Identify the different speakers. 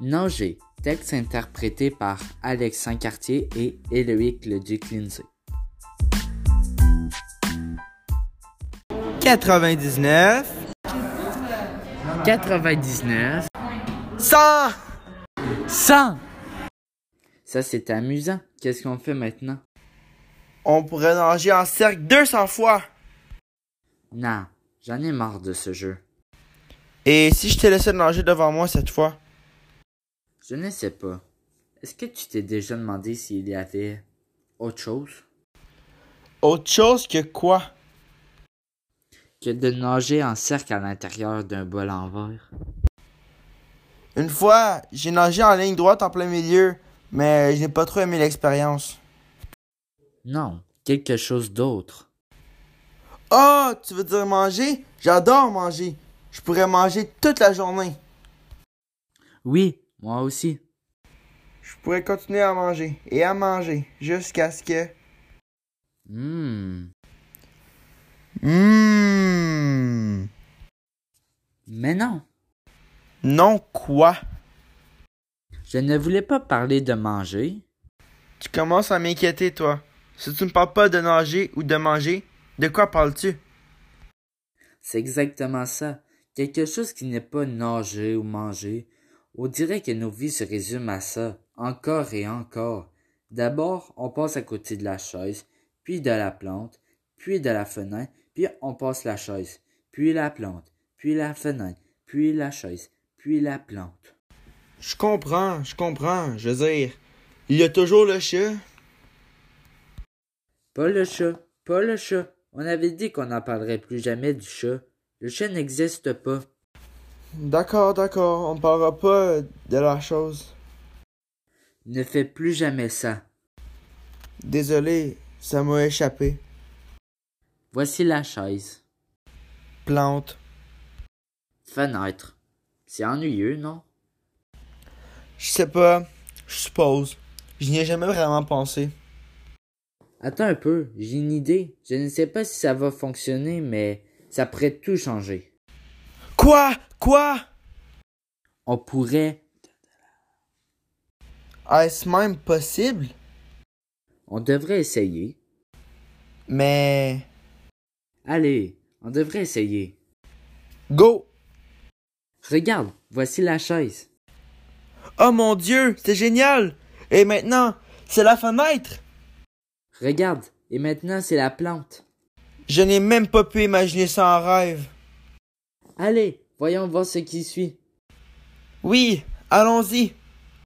Speaker 1: Nager, texte interprété par Alexin Cartier et Éloïc Leduc Lindsay.
Speaker 2: 99,
Speaker 1: 99.
Speaker 2: 100,
Speaker 3: 100
Speaker 1: Ça, c'est amusant. Qu'est-ce qu'on fait maintenant?
Speaker 2: on pourrait nager en cercle 200 fois.
Speaker 1: Non, j'en ai marre de ce jeu.
Speaker 2: Et si je te laissais nager devant moi cette fois?
Speaker 1: Je ne sais pas. Est-ce que tu t'es déjà demandé s'il y avait autre chose
Speaker 2: Autre chose que quoi?
Speaker 1: que de nager en cercle à l'intérieur d'un bol en verre?
Speaker 2: Une fois, j'ai nagé en ligne droite en plein milieu, mais je n'ai pas trop aimé l'expérience.
Speaker 1: Non, quelque chose d'autre.
Speaker 2: Oh, tu veux dire manger? J'adore manger. Je pourrais manger toute la journée.
Speaker 1: Oui, moi aussi.
Speaker 2: Je pourrais continuer à manger et à manger jusqu'à ce que...
Speaker 1: Hmm.
Speaker 2: Mmm.
Speaker 1: Mais non,
Speaker 2: Non quoi?
Speaker 1: je ne voulais pas parler de manger.
Speaker 2: Tu commences à m'inquiéter, toi. Si tu ne parles pas de nager ou de manger, de quoi parles-tu?
Speaker 1: C'est exactement ça. Quelque chose qui n'est pas nager ou manger. On dirait que nos vies se résument à ça, encore et encore. D'abord, on passe à côté de la chaise, puis de la plante, puis de la fenêtre, puis on passe la chaise, puis la plante, puis la fenêtre, puis la chaise, puis la plante.
Speaker 2: Je comprends, je comprends. Je veux dire, il y a toujours le chat.
Speaker 1: Pas le chat, pas le chat. On avait dit qu'on n'en parlerait plus jamais du chat. Le chat n'existe pas.
Speaker 2: D'accord, d'accord. On ne parlera pas de la chose.
Speaker 1: Ne fais plus jamais ça.
Speaker 2: Désolé, ça m'a échappé.
Speaker 1: Voici la chaise.
Speaker 2: Plante.
Speaker 1: Fenêtre. C'est ennuyeux, non?
Speaker 2: Je sais pas. Je suppose. Je n'y ai jamais vraiment pensé.
Speaker 1: Attends un peu, j'ai une idée. Je ne sais pas si ça va fonctionner, mais ça pourrait tout changer.
Speaker 2: Quoi? Quoi?
Speaker 1: On pourrait,
Speaker 2: Est-ce même possible?
Speaker 1: on devrait essayer.
Speaker 2: Mais...
Speaker 1: Allez, on devrait essayer.
Speaker 2: Go!
Speaker 1: Regarde, voici la chaise.
Speaker 2: Oh mon dieu, c'est génial! Et maintenant, c'est la fenêtre!
Speaker 1: Regarde, et maintenant c'est la plante.
Speaker 2: Je n'ai même pas pu imaginer ça en rêve.
Speaker 1: Allez, voyons voir ce qui suit.
Speaker 2: Oui, allons-y.